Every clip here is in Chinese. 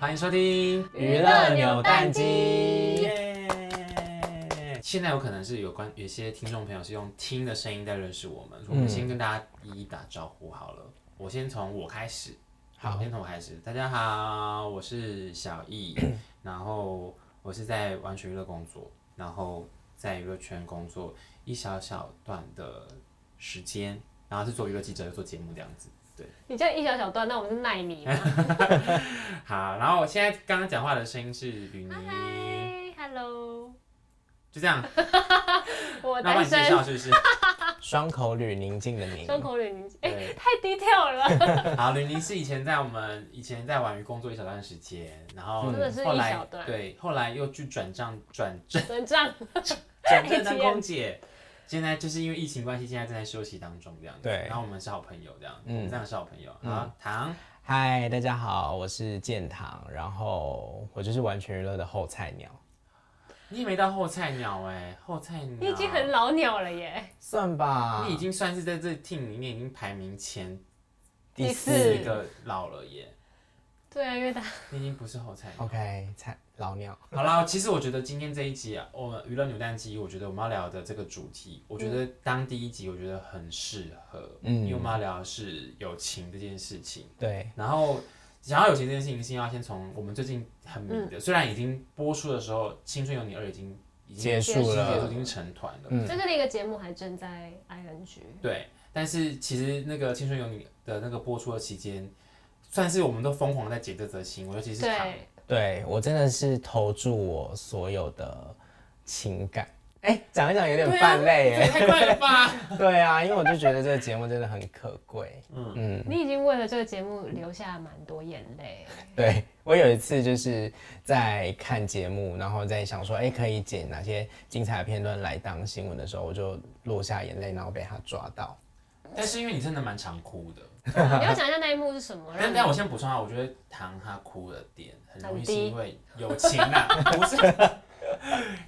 欢迎收听娱乐扭蛋机耶现在有可能是有关有一些听众朋友是用听的声音在认识我们，我们先跟大家一一打招呼好了。我先从我开始，好，先从我开始。大家好，我是小 易，然后我是在完全娱乐工作，然后在娱乐圈工作一小小段的时间，然后是做娱乐记者又做节目这样 子，对。你这样一小小段，那我们是 奈米吗？好，然后我现在刚刚讲话的声音是吕妮，哦嗨，Hello，就这样。我那帮单你介身，绍是不是？双口吕宁静的宁，双口女凝，哎、对，太低调 了，好，吕宁是以前在我们以前在婉瑜工作一小段时间，然后真的是后一来小段对，后来又去转账 转正真这样。哎转正当空姐，现在就是因为疫情关系，现在正在休息当中这样子。对然后我们是好朋友这样，嗯我们这样是好朋友。好，唐，嗨，大家好，我是建堂，然后我就是完全娱乐的后菜鸟，你也没到后菜鸟哎，后菜鸟，你已经很老鸟了啊耶，算吧，你已经算是在这 team 里面已经排名前第四四个老了耶，对啊，因为他你已经不是后菜鸟。 OK 菜老鸟，好啦，其实我觉得今天这一集啊，我们娱乐扭蛋机，我觉得我们要聊的这个主题，我觉得当第一集我觉得很适合，嗯因为我们要聊的是友情这件事情。对，然后想要友情这件事情，先要先从我们最近很迷的，虽然已经播出的时候，《青春有你二》已经已经结束结束已了，经成团了，嗯就是那个节目还正在 ing，对，但是其实那个《青春有你》的那个播出的期间，算是我们都疯狂地在解这则新闻，尤其是唐对，对我真的是投注我所有的情感，哎、讲一讲有点对啊泛泪这也耶，太快了吧！ 对啊，因为我就觉得这个节目真的很可贵，嗯嗯。你已经为了这个节目流下蛮多眼 泪，对我有一次就是在看节目，然后在想说，哎、可以剪哪些精彩的片段来当新闻的时候，我就落下眼泪，然后被他抓到。但是因为你真的蛮常哭的。你要讲一下那一幕是什么？但哦让你但我先补充啊，我觉得唐他哭的点很容易很是低因为友情啊， 不是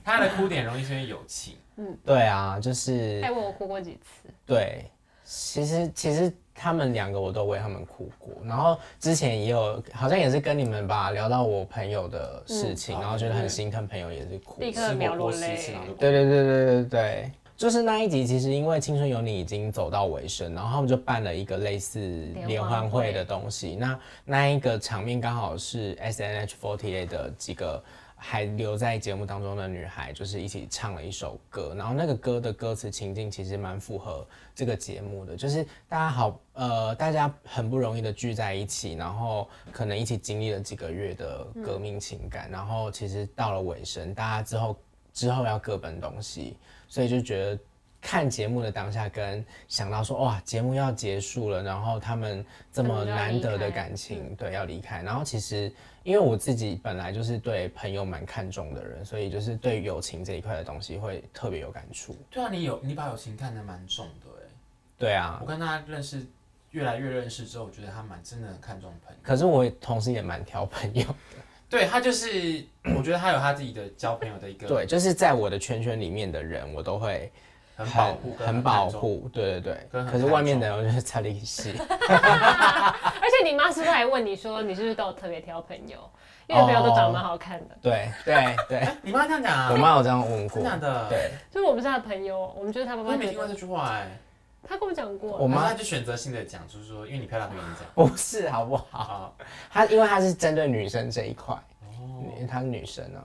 他的哭点容易是因为友情。对啊，就是哎，我有哭过几次，对，其实其实他们两个我都为他们哭过，然后之前也有好像也是跟你们吧聊到我朋友的事情，嗯然后觉得很心疼朋友也是哭立刻是秒我落过失泪是哪个对对对对对对，就是那一集，其实因为《青春有你》已经走到尾声，然后他们就办了一个类似联欢会的东西。那那一个场面刚好是 S N H 4 8的几个还留在节目当中的女孩，就是一起唱了一首歌，然后那个歌的歌词情境其实蛮符合这个节目的，就是大家好，呃，大家很不容易的聚在一起，然后可能一起经历了几个月的革命情感，然后其实到了尾声，大家之后之后要各奔东西，所以就觉得看节目的当下跟想到说哇，节目要结束了，然后他们这么难得的感嗯情，对，要离开，然后其实因为我自己本来就是对朋友蛮看重的人，所以就是对友情这一块的东西会特别有感触。对啊，你有你把友情看得蛮重的哎、对啊，我跟他认识越来越认识之后，我觉得他蛮真的很看重朋友。可是我同时也蛮挑朋 友，对他就是，我觉得他有他自己的交朋友的一个对，就是在我的圈圈里面的人，我都会很保护跟很看保重。护，对对对。跟很可是外面的人，我就是差点戏。而且你妈是不是还问你说你是不是都有特别挑朋友？因为朋友都长得蛮好看哦的，对对对，哎你妈这样讲我啊？妈有这样问过真。的假啊的？，对，就是我们是她的朋友，我们就是她妈我妈也没觉听过得这句话哎、她跟我讲过，我妈还是她就选择性的讲，就是说因为你漂亮，所以你这样。不是好不好？好，她因为她是针对女生这一块，哦。因为她是女生啊。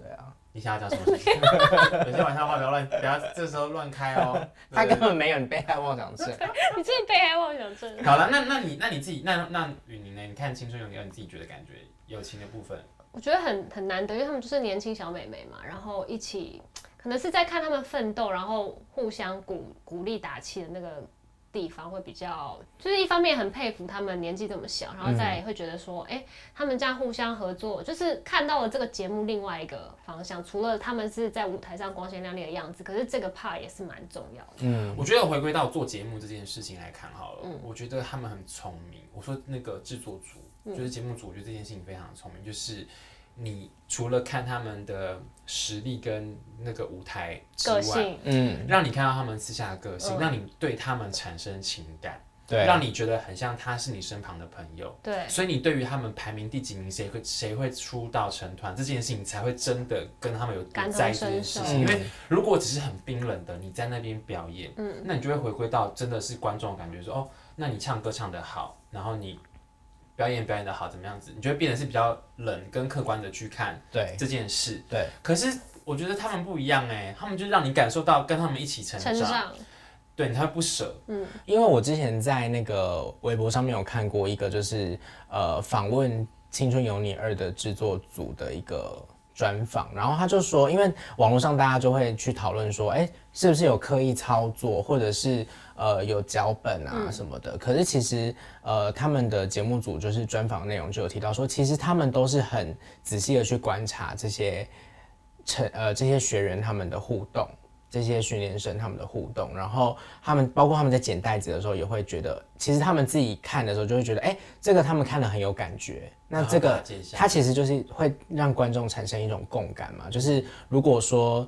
对啊，你想要讲什么事情？有些玩笑话不要乱，不要这时候乱开哦。她对根本没有你被害妄想症。你真的被害妄想症。好了，那那你那你自己那那雨宁呢？你看《青春有你》，你自己觉得感觉友情的部分，我觉得很很难得，因为他们就是年轻小美眉嘛，然后一起，可能是在看他们奋斗，然后互相鼓鼓励打气的那个地方会比较，就是一方面很佩服他们年纪这么小，然后再会觉得说，哎、他们这样互相合作，就是看到了这个节目另外一个方向，除了他们是在舞台上光鲜亮丽的样子，可是这个 part 也是蛮重要的。嗯，我觉得回归到做节目这件事情来看好了，嗯我觉得他们很聪明。我说那个制作嗯组，就是节目组，我觉得这件事情非常聪明，就是。你除了看他们的实力跟那个舞台之个外，性，嗯，让你看到他们私下的个性，嗯让你对他们产生情感。对让你觉得很像他是你身旁的朋友。对，所以你对于他们排名第几名，谁会谁会出道成团这件事情，你才会真的跟他们有感同在意这件身事受情。因为嗯如果只是很冰冷的你在那边表演，嗯，那你就会回归到真的是观众的感觉说，哦，那你唱歌唱得好，然后你表演表演的好，怎么样子，你就会变得是比较冷跟客观的去看对这件事。对，可是我觉得他们不一样哎、他们就让你感受到跟他们一起成成长，长，对你才会不舍。因为我之前在那个微博上面有看过一个，就是呃访问《青春有你二》的制作组的一个专访，然后他就说，因为网络上大家就会去讨论说，哎、是不是有刻意操作，或者是呃有脚本啊什么的？可是其实呃他们的节目组就是专访内容就有提到说，其实他们都是很仔细的去观察这些成呃这些学员他们的互动。这些训练生他们的互动，然后他们包括他们在剪带子的时候，也会觉得，其实他们自己看的时候就会觉得，哎、这个他们看的很有感觉。那然后这把个它剪下来它其实就是会让观众产生一种共感嘛，就是如果说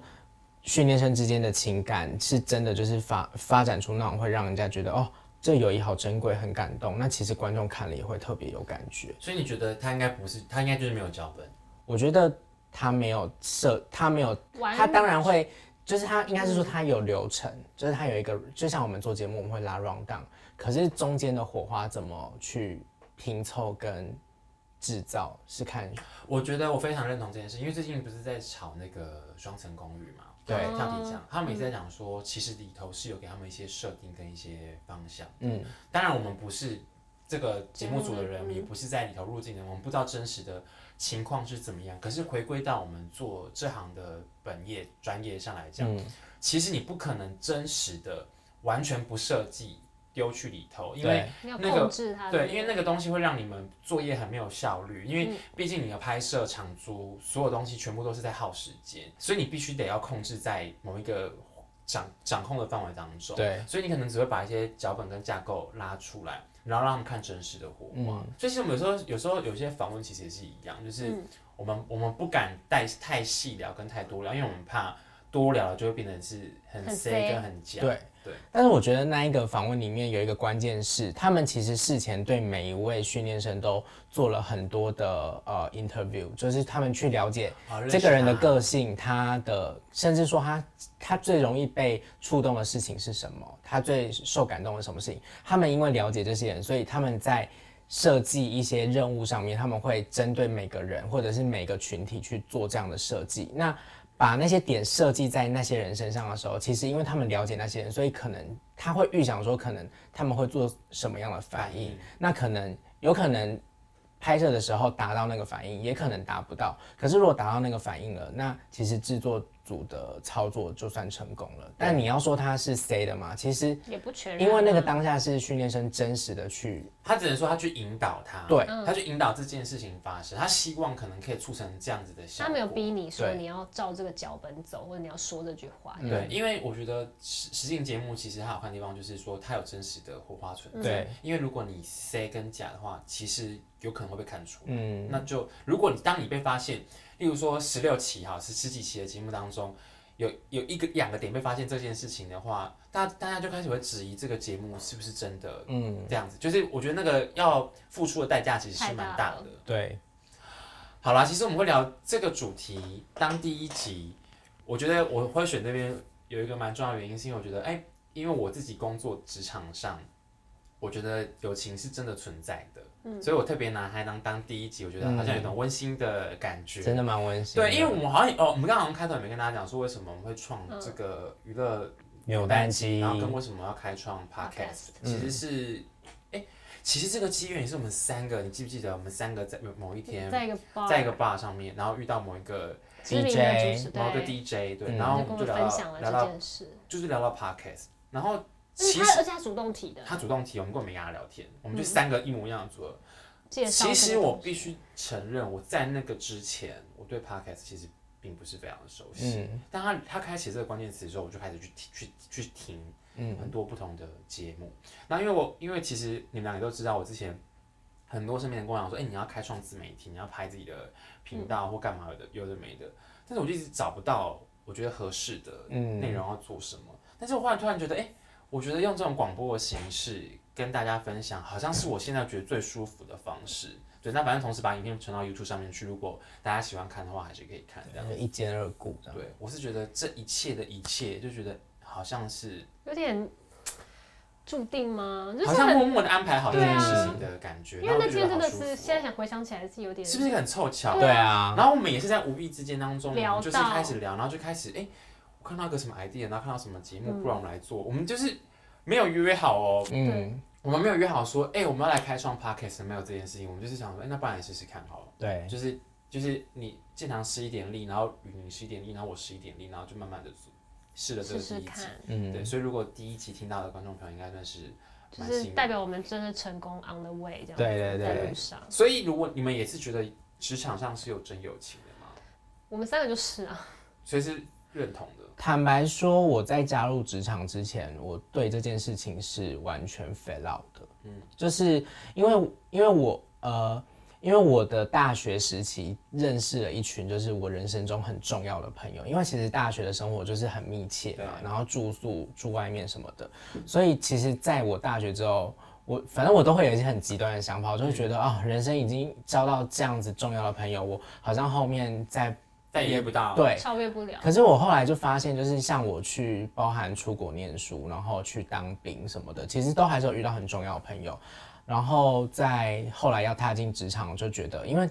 训练生之间的情感是真的，就是发发展出那种会让人家觉得哦，这友谊好珍贵，很感动。那其实观众看了也会特别有感觉。所以你觉得他应该不是，他应该就是没有脚本。我觉得他没有设，他没有，完他当然会，就是他应嗯该是说他有流程，就是他有一个，就像我们做节目我们会拉 round down，可是中间的火花怎么去拼凑跟制造是看我觉得我非常认同这件事，因为最近不是在炒那个双层公寓嘛？对跳题讲，他们也在讲说，其实里头是有给他们一些设定跟一些方向。嗯当然，我们不是这个节目组的人，我们也不是在里头入境的，我们不知道真实的情况是怎么样。可是回归到我们做这行的本业专业上来讲，嗯其实你不可能真实的完全不设计丢去里头，因为对你要那个控制它的啊对，那嗯个，因为那个东西会让你们作业很没有效率，因为毕竟你的拍摄、场租，所有东西全部都是在耗时间，所以你必须得要控制在某一个掌掌控的范围当中。对所以你可能只会把一些脚本跟架构拉出来，然后让他们看真实的火花。嗯所以其实我们有时候有时候有些访问其实也是一样，就是我们、我们不敢带太细聊跟太多聊，因为我们怕多聊了就会变成是很很 C 跟很假。对对，但是我觉得那一个访问里面有一个关键是，他们其实事前对每一位训练生都做了很多的呃 interview，就是他们去了解好认识这个人的他个性，他的甚至说他他最容易被触动的事情是什么，他最受感动的是什么事情。他们因为了解这些人，所以他们在设计一些任务上面，他们会针对每个人或者是每个群体去做这样的设计。那把那些点设计在那些人身上的时候，其实因为他们了解那些人，所以可能他会预想说，可能他们会做什么样的反应。那可能有可能拍摄的时候达到那个反应，也可能达不到。可是如果达到那个反应了，那其实制作组的操作就算成功了。但你要说它是 C 的嘛，其实也不全然，因为那个当啊下是训练生真实的去他只能说他去引导他，对，嗯他去引导这件事情发生，他希望可能可以促成这样子的效他果。没有逼你说对你要照这个脚本走，或者你要说这句话，嗯对，因为我觉得实实境节目其实它好看的地方就是说它有真实的火花存在。对，因为如果你 C 跟假的话，其实有可能会被看出来。嗯那就如果你当你被发现，例如说十六期哈，是十几期的节目当中。有有一个两个点被发现这件事情的话，大大家就开始会质疑这个节目是不是真的嗯这样子，就是我觉得那个要付出的代价其实是太大蛮大了的。对好啦，其实我们会聊这个主题当第一集，我觉得我会选这边有一个蛮重要的原因，是因为我觉得，哎、因为我自己工作职场上，我觉得友情是真的存在的，所以我特别拿它当当第一集，我觉得好像有种温馨的感觉。真的蛮温馨的。对，因为我们嗯好像也哦，我们刚刚好像开头也没跟大家讲说为什么我们会创这个娱乐扭蛋机然后跟为什么要开创 podcast，其实是，哎、其实这个机缘也是我们三个，你记不记得我们三个在某一天在一个包，在一个 bar 上面，然后遇到某一个知名的主 DJ 持某一个对， DJ，对，嗯然后就我们跟我们就聊分享到了聊这到件事，就是聊到 podcast，然后而且其他实而且他主动提的，嗯他主动提，我们根本没跟他聊天，我们就三个一模一样的组合。介绍这其个实我东西必须承认，我在那个之前，我对 podcast 其实并不是非常的熟悉。嗯但他他开启这个关键词之后，我就开始去听去去听嗯很多不同的节目。那因为我因为其实你们两个都知道，我之前很多身边人跟我讲说，哎、你要开创自媒体，你要拍自己的频嗯道或干嘛有的有的没的，但是我就一直找不到我觉得合适的嗯内容要做什么。但是我后来突然觉得，哎、我觉得用这种广播的形式跟大家分享，好像是我现在觉得最舒服的方式。对，那反正同时把影片传到 YouTube 上面去，如果大家喜欢看的话，还是可以看这样。就一兼二顾这样。对，我是觉得这一切的一切，就觉得好像是有点注定吗？就是好像默默的安排好这件事情的感觉。啊因为那天真的然后我就觉得好舒服是哦现在想回想起来是有点是不是很凑巧？对啊，然后我们也是在无意之间当中，聊我们就是到开始聊，然后就开始哎、诶我看到个什么 idea，然后看到什么节目，嗯不然我们来做。我们就是没有约好哦，嗯，我们没有约好说，哎、我们要来开创 podcast，没有这件事情。我们就是想说，哎、那不然来试试看好了。对，就是就是你建堂施一点力，然后雨宁施一点力，然后我施一点力，然后就慢慢的试了这试个试第一集看。，嗯，对，所以如果第一集听到的观众朋友应该算是就蛮是幸运代的。表我们真的成功 on the way 这样子。对对在对路上，所以如果你们也是觉得职场上是有真友情的吗？我们三个就是啊，所以是认同的。坦白说，我在加入职场之前，我对这件事情是完全 fail out 的。嗯，就是因为因为我呃，因为我的大学时期认识了一群就是我人生中很重要的朋友，因为其实大学的生活就是很密切嘛，对然后住宿住外面什么的，所以其实在我大学之后。我反正我都会有一些很极端的想法，我就会觉得啊、人生已经交到这样子重要的朋友，我好像后面再但也不到。对超越啊不了。可是我后来就发现，就是像我去包含出国念书，然后去当兵什么的，其实都还是有遇到很重要的朋友。然后在后来要踏进职场，我就觉得，因为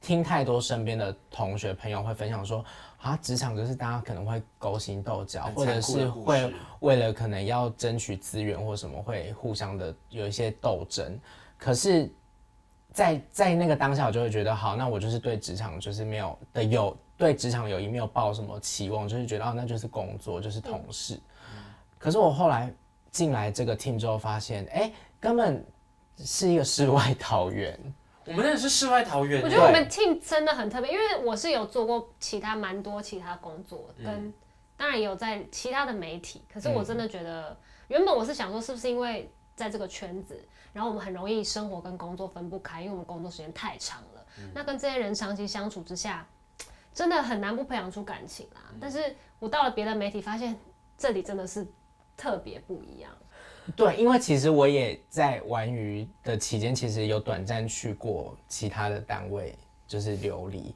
听太多身边的同学朋友会分享说，啊，职场就是大家可能会勾心斗角，很啊或者残酷的是故会事为了可能要争取资源或什么，会互相的有一些斗争。可是在在那个当下，我就会觉得，好，那我就是对职场就是没有的有对职场友谊没有抱什么期望，就是觉得哦，那就是工作，就是同事。可是我后来进来这个 team 之后，发现，哎、根本是一个世外桃源。我们真的是世外桃源。我觉得我们 team 真的很特别，因为我是有做过其他蛮多其他工作，跟当然也有在其他的媒体，可是我真的觉得，原本我是想说，是不是因为在这个圈子，然后我们很容易生活跟工作分不开，因为我们工作时间太长了。那跟这些人长期相处之下，真的很难不培养出感情啦。但是我到了别的媒体，发现这里真的是特别不一样。 对，因为其实我也在玩鱼的期间，其实有短暂去过其他的单位，就是琉璃。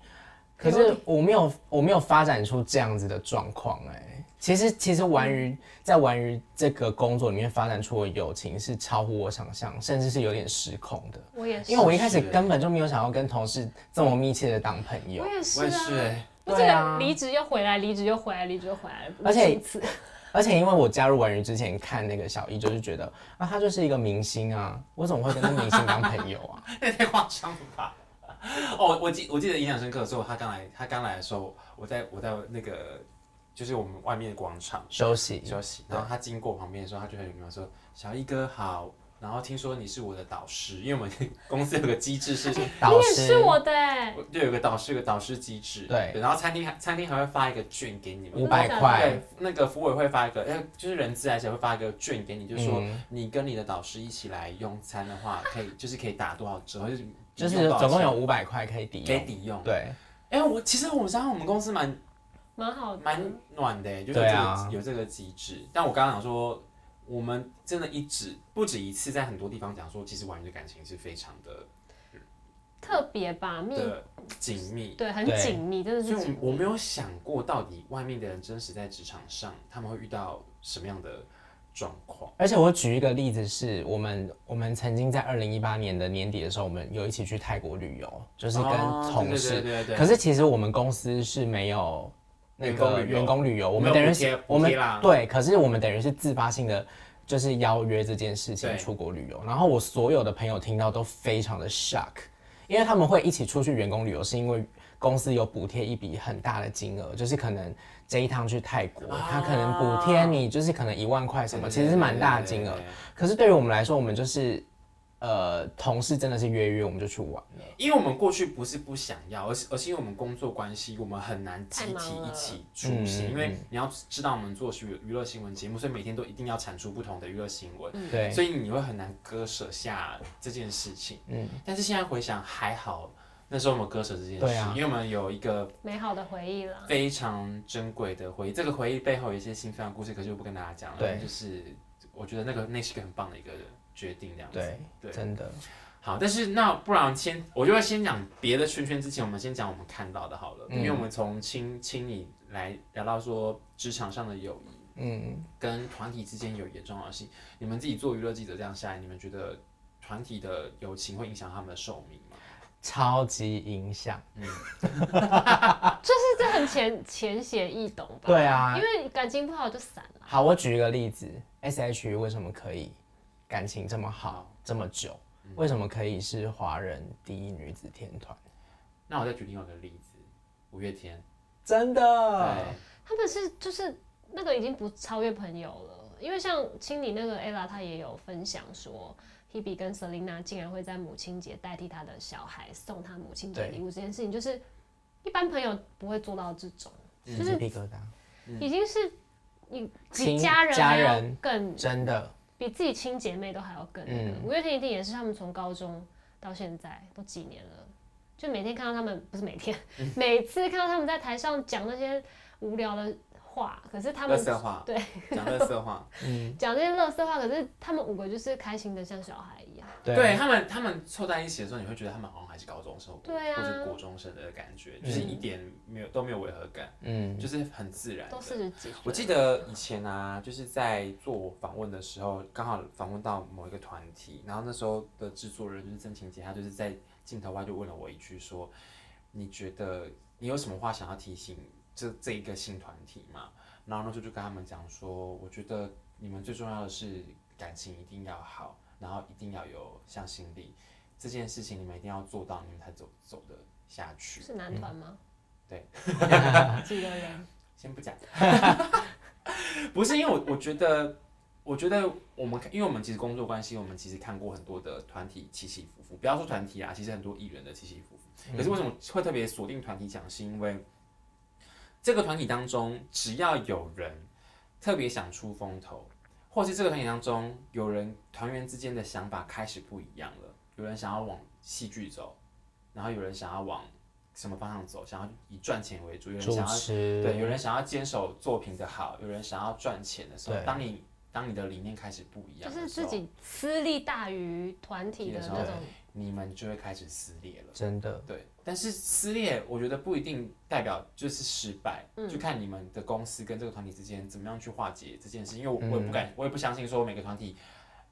可是我没有，我没有发展出这样子的状况哎。其实，其实玩嗯鱼在玩鱼这个工作里面发展出的友情是超乎我想象，甚至是有点失控的。我也是，因为我一开始是嗯根本就没有想要跟同事这么密切的当朋友我，也我是也啊。是欸，我这对啊个离职又回来，离职又回来，离职又回来，而且如此而且因为我加入玩鱼之前看那个小易，就是觉得啊，他就是一个明星啊，我怎么会跟那明星当朋友啊？ 那太夸张了吧？哦，我记我记得印象深刻的时候，他刚来他刚来的时候，我在我在那个就是我们外面的广场休息，休息，然后他经过旁边的时候，他就很礼貌说：“小一哥好。”然后听说你是我的导师，因为我们 公司有个机制是，导你也是师，我的、欸，我就有个导师有个导师机制，对然后餐厅还餐厅还会发一个券给你们，五百块对，，那个服委会发一个，呃，就是人资来讲会发一个券给你，就是说嗯你跟你的导师一起来用餐的话，可以就是可以打多少折，就是抵就用是多少总共有钱五百块可以抵给用。抵用。对，哎、我其实我想我们公司蛮蛮好的，蛮暖的，就是有这对个、啊有这个机制。但我刚刚想说，我们真的一直不止一次在很多地方讲说，其实玩的感情是非常的特别吧，密的紧密。对很对紧密，真的所以是我紧们，密。我没有想过到底外面的人真实在职场上他们会遇到什么样的状况。而且我举一个例子是，我们我们曾经在二零一八年的年底的时候，我们有一起去泰国旅游，就是跟哦同对事。对对对对可是其实我们公司是没有那个员员工工旅游，我们没等有于补贴是补我们贴啦对，可是我们等于是自发性的。就是邀约这件事情对出国旅游，然后我所有的朋友听到都非常的 shock，因为他们会一起出去员工旅游，是因为公司有补贴一笔很大的金额，就是可能这一趟去泰国，他可能补贴你就是可能一万块什么，其实是蛮大的金额啊对对对对。可是对于我们来说，我们就是呃同事真的是约约我们就去玩了，因为我们过去不是不想要，而是而是因为我们工作关系，我们很难集太体忙了一起出席。嗯因为你要知道，我们做是娱乐新闻节目，所以每天都一定要产出不同的娱乐新闻，对，所以你会很难割舍下这件事情。嗯，但是现在回想还好，那时候我们割舍这件事，对啊因为我们有一个美好的回忆了，非常珍贵的回忆。这个回忆背后有一些心酸的故事，可是我不跟大家讲了。对就是我觉得那个那是一个很棒的一个决定这样子。对，对，真的。好，但是那不然先，我就会先讲别的圈圈之前，我们先讲我们看到的好了，嗯因为我们从亲亲你来聊到说职场上的友谊嗯，跟团体之间友谊的重要性。你们自己做娱乐记者这样下来，你们觉得团体的友情会影响他们的寿命吗？嗯超级影响。就是这很浅浅显易懂吧？对啊因，为感情不好就散了。好，我举一个例子，S H E 为什么可以感情这么好这么久？为什么可以是华人第一女子天团？那我再举另外一个例子，五月天，真对，哦的，他们是就是那个已经不超越朋友了，因为像清理那个 ella 她也有分享说，Hebe 跟 Selina 竟然会在母亲节代替她的小孩送她母亲节对礼物这件事情，就是一般朋友不会做到这种，嗯就鸡是皮疙瘩，已经是你比嗯亲家人家还要人更真的。比自己亲姐妹都还要更那个。嗯五月天一定也是他们从高中到现在都几年了，就每天看到他们，不是每 天，每次看到他们在台上讲那些无聊的话，可是他乐们色话，对，讲乐色话，讲那些乐色话，可是他们五个就是开心的像小孩一样。对对他们，他们凑在一起的时候，你会觉得他们好像还是高中生，对或啊者国中生的感觉，就是一点没有都没有违和感，嗯，就是很自然的都四十几岁，我记得以前啊，就是在做访问的时候，刚好访问到某一个团体，然后那时候的制作人就是曾晴杰，他就是在镜头外就问了我一句说：“你觉得你有什么话想要提醒这这一个新团体吗？”然后那时候就跟他们讲说：“我觉得你们最重要的是感情一定要好，然后一定要有向心力，这件事情你们一定要做到，你们才走走得下去。是男团吗？对，几个人？”先不讲， 不是因为我我觉得，我觉得我们因为我们其实工作关系，我们其实看过很多的团体起起伏伏，不要说团体啊，其实很多艺人的起起伏伏。可是为什么会特别锁定团体讲，是因为这个团体当中，只要有人特别想出风头，或是这个团体当中有人团员之间的想法开始不一样了，有人想要往戏剧走，然后有人想要往什么方向走，想要以赚钱为主，有人主想要持对，有人想要坚守作品的好，有人想要赚钱的时候，对当你当你的理念开始不嗯一就样是的时自候，己私利大于团体的那种，你们就会开始撕裂了。真的对，但是撕裂，我觉得不一定代表就是失败，嗯就看你们的公司跟这个团体之间怎么样去化解这件事。因为我我嗯也不敢，我也不相信说每个团体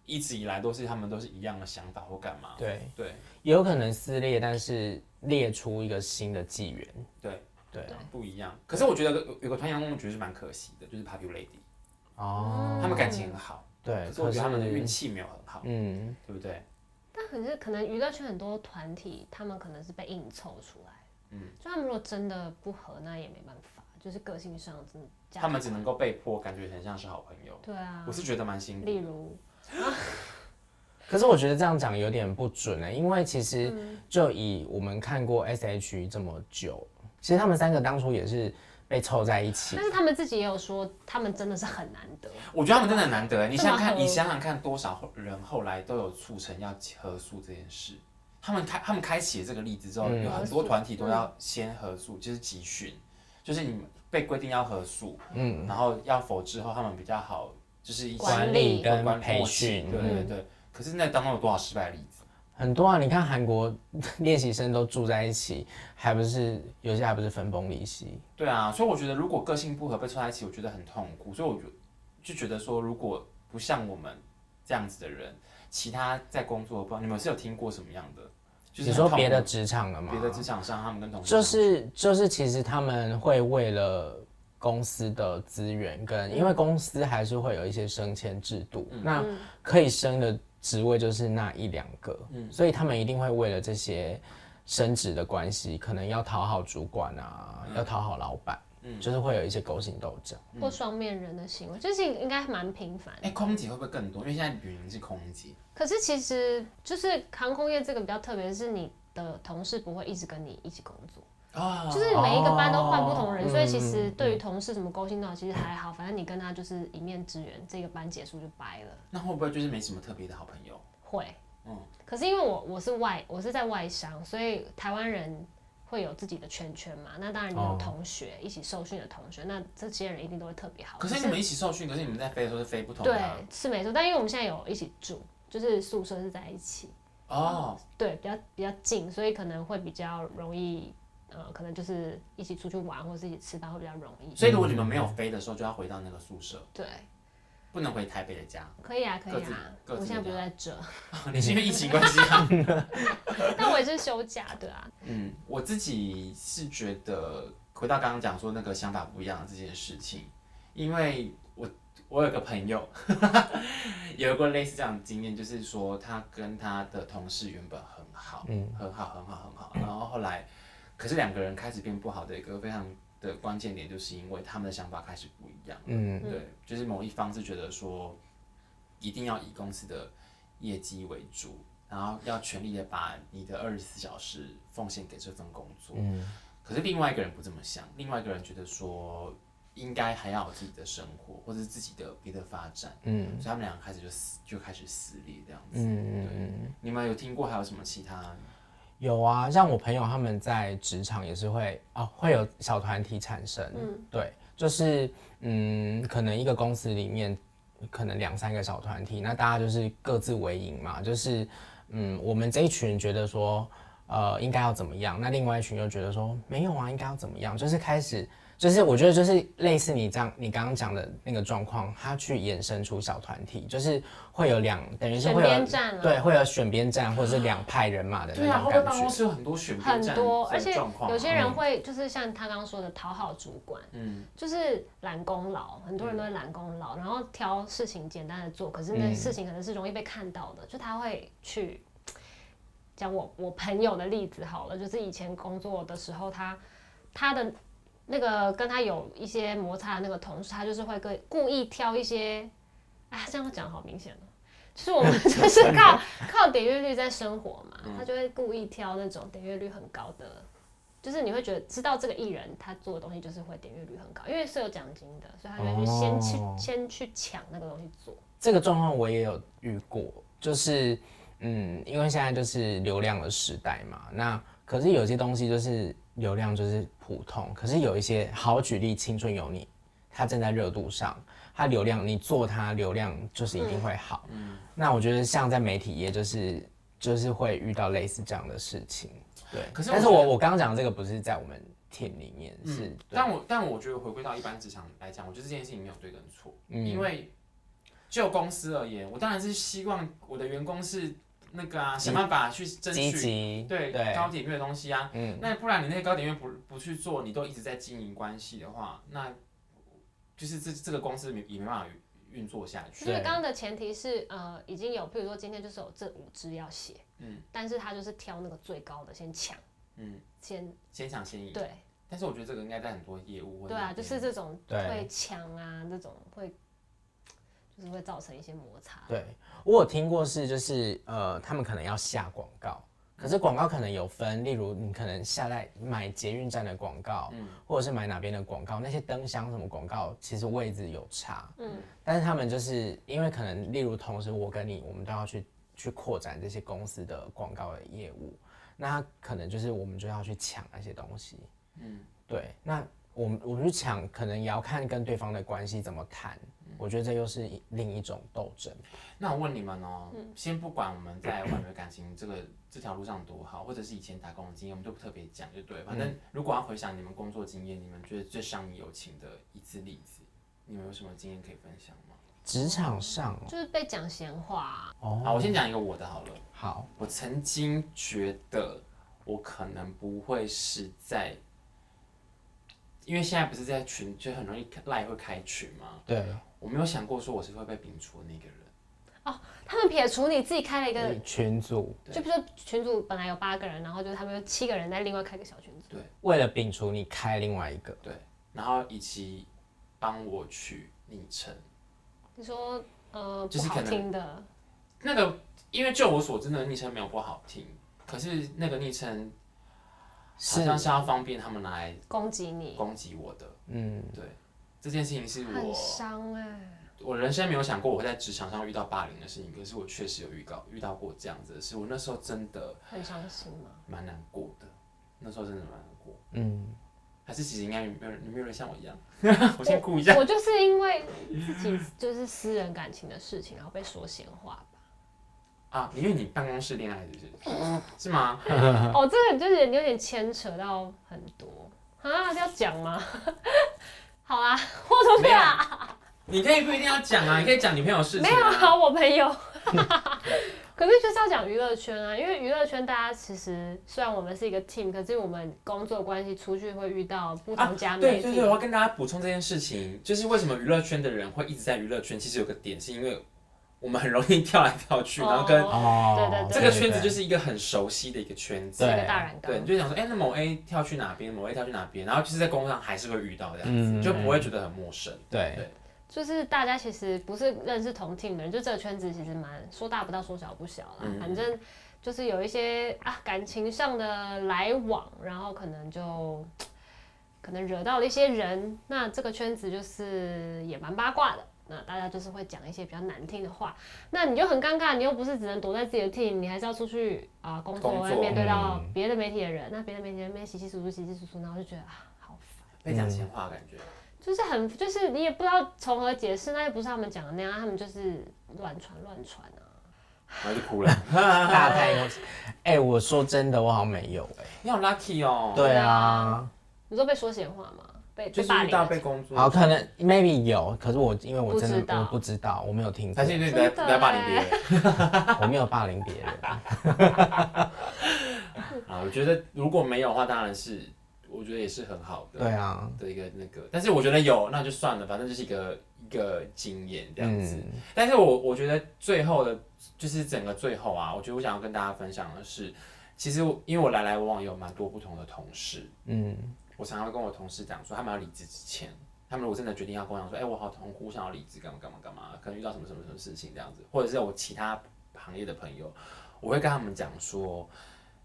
一直以来都是他们都是一样的想法或干嘛。对，对也有可能撕裂，但是列出一个新的纪元。对，对对不一样。可是我觉得有有个团体当中，我觉得是蛮可惜的，就是 Papu Lady，哦，他们感情很好，对，可是我觉得他们的可是运气没有很好，嗯，对不对？但可是可能娱乐圈很多团体，他们可能是被硬凑出来，嗯，就他们如果真的不合，那也没办法，就是个性上真的价值观，他们只能够被迫，感觉很像是好朋友。对啊我，是觉得蛮辛苦例如可是我觉得这样讲有点不准呢、因为其实就以我们看过 S.H.E 这么久，其实他们三个当初也是被凑在一起但，是他们自己也有说，他们真的是很难得，我觉得他们真的很难得。你这么想想看，合你想想看，多少人后来都有促成要合宿这件事。他们开他们开启了这个例子之后，有很多团体嗯都要先合宿，就是集训，就是你们被规定要合宿，嗯，然后要否之后他们比较好，就是一些管理嗯跟管培默契训对对对。可是那当中有多少失败的例子？很多啊。你看韩国练习生都住在一起，还不是有些还不是分崩离析。对啊，所以我觉得如果个性不合被凑在一起，我觉得很痛苦。所以我就就觉得说，如果不像我们这样子的人，其他在工作，不知道你们是有听过什么样的？就是你很说痛别的苦职场了吗？别的职场上，他们跟同事就是就是，其实他们会为了公司的资源跟，因为公司还是会有一些升迁制度，那可以升的职位就是那一两个，所以他们一定会为了这些升职的关系，可能要讨好主管啊，要讨好老板，就是会有一些勾心斗角。或双面人的行为，就是应该蛮频繁嗯哎、空姐会不会更多？因为现在云是空姐，可是其实就是航空业这个比较特别，是你的同事不会一直跟你一起工作，啊就是每一个班都换不同嗯人，哦所以其实对于同事什么勾心斗角其实还好，反正你跟他就是一面之缘，这个班结束就掰了。那会不会就是没什么特别的好朋友？会，嗯可是因为我我是外我是在外商，所以台湾人会有自己的圈圈嘛。那当然你有哦同学、一起受训的同学，那这些人一定都会特别好。可是你们一起受训，可是你们在飞的时候是飞不同的啊、对是没错，但因为我们现在有一起住，就是宿舍是在一起，哦，对，比较比较近，所以可能会比较容易，呃，可能就是一起出去玩或者是一起吃饭会比较容易。所以如果你们没有嗯飞的时候，就要回到那个宿舍，对，不能回台北的 家。可以啊，可以啊，各自各自啊我现在不是在这，你是因为疫情关系啊？但我也是休假，对啊，嗯，我自己是觉得回到刚刚讲说那个想法不一样的这件事情，因为我我有个朋友 有过类似这样的经验，就是说他跟他的同事原本很好，嗯，很好，很好，很好，然后后来可是两个人开始变不好的一个非常的关键点，就是因为他们的想法开始不一样，嗯，对，就是某一方是觉得说一定要以公司的业绩为主，然后要全力的把你的二十四小时奉献给这份工作。嗯，可是另外一个人不这么想，另外一个人觉得说应该还要有自己的生活或者是自己的别的发展。嗯，所以他们两个开始就撕就开始撕裂这样子。嗯对，你们有听过还有什么其哦他？有啊，像我朋友他们在职场也是会啊、会有小团体产生。嗯，对，就是嗯，可能一个公司里面可能两三个小团体，那大家就是各自为营嘛，就是嗯，我们这一群觉得说呃应该要怎么样，那另外一群又觉得说没有啊，应该要怎么样，就是开始。就是我觉得就是类似你这样，你刚刚讲的那个状况，它去衍生出小团体，就是会有两，等于是会有选边站啊对，会有选边站或者是两派人马的那对啊，种后面感办觉公。室有很多选很边站多，而的且状况啊有些人会就是像他刚刚说的讨好主管，嗯，就是懒功劳，很多人都会懒功劳，然后挑事情简单的做，可是那嗯事情可能是容易被看到的，就他会去讲我我朋友的例子好了，就是以前工作的时候，他他的那个跟他有一些摩擦的那个同事，他就是会跟故意挑一些，啊，这样讲好明显哦。就是我们就是靠靠点阅率在生活嘛，他就会故意挑那种点阅率很高的就是你会觉得知道这个艺人他做的东西就是会点阅率很高，因为是有奖金的，所以他就会去先去、哦先去抢那个东西做。这个状况我也有遇过，就是嗯，因为现在就是流量的时代嘛，那可是有些东西就是流量就是普通，可是有一些好举例，《青春有你》，它正在热度上，它流量你做它流量就是一定会好。嗯那我觉得像在媒体业就是就是会遇到类似这样的事情，对。可是我但是觉我得我刚刚讲的这个不是在我们 team 里面，是、嗯，但我但我觉得回归到一般职场来讲，我觉得这件事情没有对跟错，嗯因为就公司而言，我当然是希望我的员工是那个啊，想办法去争积取极对对高点阅的东西啊。嗯那不然你那些高点阅不不去做，你都一直在经营关系的话，那就是这这个公司没也没办法运作下去。因为对刚刚的前提是呃已经有，譬如说今天就是有这五支要写，嗯但是他就是挑那个最高的先抢，嗯，先先抢先赢。对但是我觉得这个应该在很多业务或者对啊，就是这种对会抢啊，这种会就是会造成一些摩擦。对我有听过是，就是呃，他们可能要下广告，可是广告可能有分，例如你可能下在买捷运站的广告，或者是买哪边的广告，那些灯箱什么广告，其实位置有差，嗯，但是他们就是因为可能，例如同时我跟你，我们都要去去扩展这些公司的广告的业务，那他可能就是我们就要去抢那些东西，嗯，对，那我们我们去抢，可能也要看跟对方的关系怎么谈。我觉得这又是一另一种斗争。那我问你们哦，先不管我们在挽回感情这个这条路上多好，或者是以前打工的经验，我们就不特别讲，就对了。反正如果要回想你们工作经验，你们觉得最伤你友情的一次例子，你们有什么经验可以分享吗？职场上就是被讲闲话啊、哦，好，我先讲一个我的好了。好，我曾经觉得我可能不会是在，因为现在不是在群，就很容易赖会开群嘛。对，我没有想过说我是会被摒除的那个人。他们撇除你自己开了一个群组就比如说群主本来有八个人，然后就是他们有七个人在另外开个小群组，为了摒除你开另外一个，对，然后以及帮我取昵称。你说呃就是不可好能听的，那个，因为就我所知，那个昵称没有不好听，可是那个昵称好是像是要方便他们拿来攻击你，攻击我的。嗯，对，这件事情是很我伤哎、我人生没有想过我会在职场上遇到霸凌的事情，可是我确实有遇到遇到过这样子的事。我那时候真的很伤心嘛。蛮难过的，那时候真的蛮难过。嗯，还是其实应该没有人没有人像我一样， 我先哭一下。 我就是因为自己就是私人感情的事情，然后被说闲话吧。啊，因为你办公室恋爱是不是？是吗？ 哦，这个就是有点牵扯到很多啊，要讲吗？ 好啦，我怎么啦？你可以不一定要讲啊，你可以讲你朋友事情、啊没啊。有啊，我朋 友。 可是就是要讲娱乐圈啊，因为娱乐圈大家其实虽然我们是一个 team，可是我们工作关系出去会遇到不同家媒啊对对体。对，我要跟大家补充这件事情，就是为什么娱乐圈的人会一直在娱乐圈，其实有个点是因为我们很容易跳来跳 去，然后跟哦哦对对对这个圈子就是一个很熟悉的一个圈子是一。个对大染缸对，你就想说，哎、那某 A 跳去哪边，某 A 跳去哪边，然后就是在公路上还是会遇到这样子，嗯就不会觉得很陌生。对 对就是大家其实不是认识同 team 的人，就这个圈子其实蛮说大不大，说小不小啦。嗯反正就是有一些啊感情上的来往，然后可能就可能惹到了一些人。那这个圈子就是也蛮八卦的。那大家就是会讲一些比较难听的话，那你就很尴尬，你又不是只能躲在自己的 team，你还是要出去啊、工作，工作要面对到嗯别的媒体的人，那别的媒体人那边稀稀疏疏，稀稀疏疏，然后就觉得啊，好烦。被讲闲话的感觉。嗯就是很，就是你也不知道从何解释，那又不是他们讲的那样，他们就是乱传乱传啊。然后就 哭了。大太阳。哎、我说真的，我好像没有哎、你好 lucky 哦，对对啊啊，你说被说闲话吗？被就被是霸遇凌啊到了？被工作，好，可能 maybe 有，可是我因为我真不知的道我不知道，我没有听过还，是因为你在真的在霸凌别人。 我没有霸凌别人。啊，我觉得如果没有的话，当然是我觉得也是很好的 对啊，的一个那个，但是我觉得有那就算了，反正就是一个一个经验这样子。嗯但是我我觉得最后的，就是整个最后啊，我觉得我想要跟大家分享的是，其实我因为我来来往往有蛮多不同的同事，嗯，我常常会跟我同事讲说，他们要离职之前，他们如果真的决定要跟我讲说，哎、我好痛苦，我想要离职，干嘛干嘛干嘛，可能遇到什么什么什么事情这样子，或者是我其他行业的朋友，我会跟他们讲说，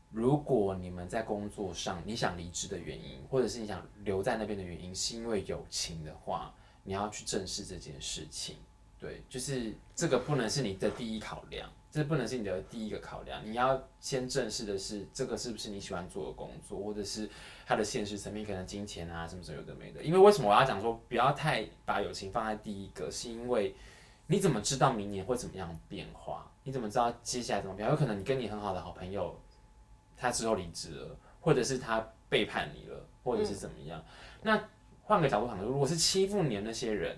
如果你们在工作上你想离职的原因，或者是你想留在那边的原因，是因为友情的话，你要去正视这件事情。对，就是这个不能是你的第一考量，这不能是你的第一个考量。你要先正视的是，这个是不是你喜欢做的工作，或者是它的现实层面，可能金钱啊什么什么有的没的。因为为什么我要讲说不要太把友情放在第一个，是因为你怎么知道明年会怎么样变化？你怎么知道接下来怎么变化？有可能你跟你很好的好朋友，他之后离职了，或者是他背叛你了，或嗯者是怎么样？那换个角度想，如果是欺负你的那些人。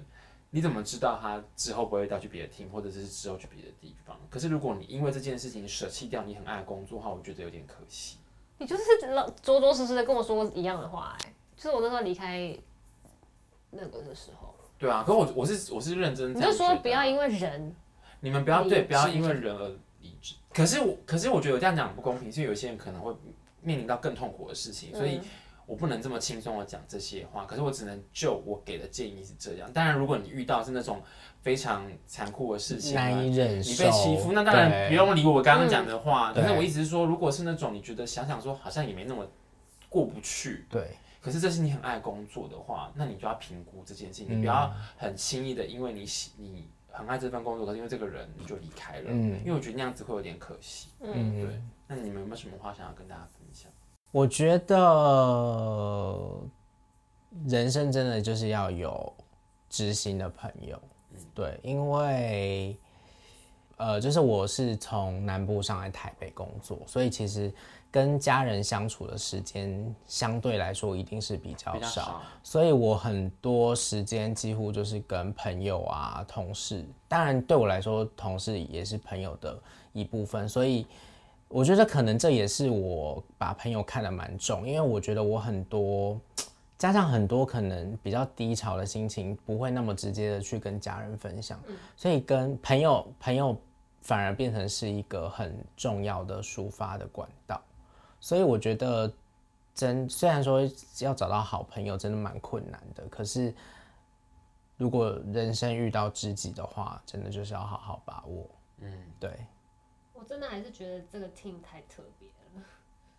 你怎么知道他之后不会调去别的厅，或者是之后去别的地方？可是如果你因为这件事情舍弃掉你很爱的工作的话，我觉得有点可惜。你就是老着着实实的跟我说一样的话、哎，就是我那时候离开那个的时候，对啊，可我我是我是认真你这样就觉说得啊不要因为人，你们不要离对职不要因为人而离职。可是我可是我觉得我这样讲不公平，是有些人可能会面临到更痛苦的事情，所嗯以我不能这么轻松的讲这些话。可是我只能就我给的建议是这样。当然，如果你遇到是那种非常残酷的事情啊，难以忍受，你被欺负，那当然不对用理我刚刚讲的话。对可是我一直说，如果是那种你觉得想想说好像也没那么过不去，对，可是这是你很爱工作的话，那你就要评估这件事情，嗯你不要很轻易的，因为你喜你很爱这份工作，可是因为这个人你就离开了。嗯因为我觉得那样子会有点可惜。嗯，嗯。对，那你们有没有什么话想要跟大家分享？我觉得人生真的就是要有知心的朋友，嗯对，因为呃，就是我是从南部上来台北工作，所以其实跟家人相处的时间相对来说一定是比较比较少，少，所以我很多时间几乎就是跟朋友啊、同事，当然对我来说，同事也是朋友的一部分，所以我觉得可能这也是我把朋友看得蛮重，因为我觉得我很多加上很多可能比较低潮的心情，不会那么直接的去跟家人分享，所以跟朋友朋友反而变成是一个很重要的抒发的管道，所以我觉得真虽然说要找到好朋友真的蛮困难的，可是如果人生遇到知己的话，真的就是要好好把握。嗯，对，我真的还是觉得这个 team 太特别了，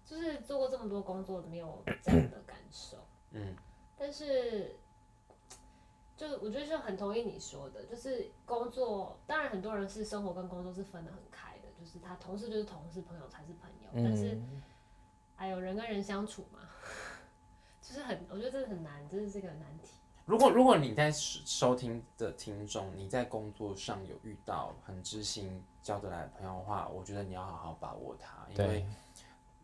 就是做过这么多工作，没有这样的感受。嗯，但是，就我觉得是很同意你说的，就是工作，当然很多人是生活跟工作是分得很开的，就是他同事就是同事，朋友才是朋友。但是，嗯， 哎呦，人跟人相处嘛，就是很，我觉得这很难，真的是一个难题。如果如果你在收收听的听众，你在工作上有遇到很知心交得来的朋友的话，我觉得你要好好把握他，因为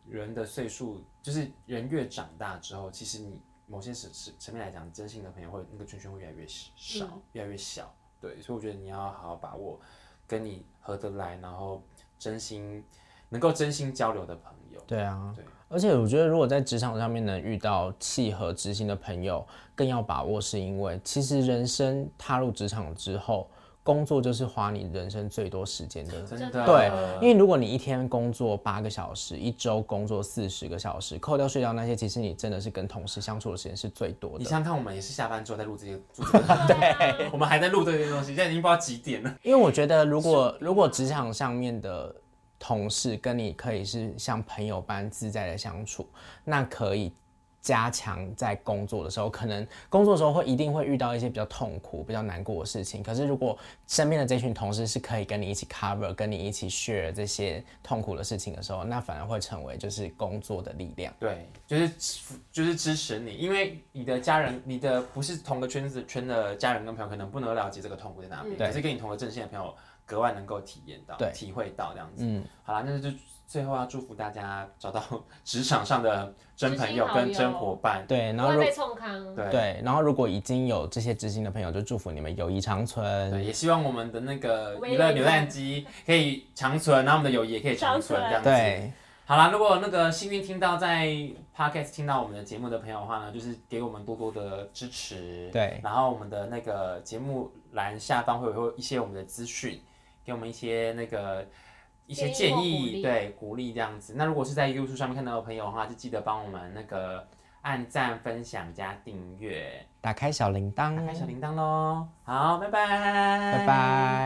对人的岁数就是人越长大之后，其实你某些层层层面来讲，真心的朋友会那个圈圈会越来越少，越来越小。对，所以我觉得你要好好把握跟你合得来，然后真心能够真心交流的朋友。对啊，对而且我觉得，如果在职场上面能遇到契合知心的朋友，更要把握，是因为其实人生踏入职场之后，工作就是花你人生最多时间的真真的的对，因为如果你一天工作八个小时，一周工作四十个小时，扣掉睡觉那些，其实你真的是跟同事相处的时间是最多你的。想想看，我们也是下班之后在录这些，做这个 对，啊我们还在录这些东西，现在已经不知道几点了。因为我觉得，如果如果职场上面的同事跟你可以是像朋友般自在的相处，那可以加强在工作的时候，可能工作的时候会一定会遇到一些比较痛苦、比较难过的事情。可是如果身边的这群同事是可以跟你一起 cover、跟你一起 share 这些痛苦的事情的时候，那反而会成为就是工作的力量。对，就是就是支持你，因为你的家人，你的不是同个圈子圈的家人跟朋友，可能不能了解这个痛苦在哪边，嗯对可是跟你同个阵线的朋友格外能够体验到、对体会到这样子。嗯，好啦，那就最后要祝福大家找到 职场上的真朋友知心好友嗯跟真伙伴。对。然不后会如被冲康。对对，然后如果已经有这些知心的朋友，就祝福你们友谊长存。对，也希望我们的那个微娱乐微扭蛋机可以长存，然后我们的友谊也可以长存，这长样存子。对，好啦，如果那个幸运听到在 podcast 听到我们的节目的朋友的话呢，就是给我们多多的支持。对，然后我们的那个节目栏下方会有一些我们的资讯，给我们一些那个一些建建议或议，鼓励对，鼓励这样子。那如果是在 YouTube 上面看到的朋友的话，就记得帮我们那个按赞、分享加订阅，打开小铃铛，打开小铃铛喽。好，拜拜，拜拜。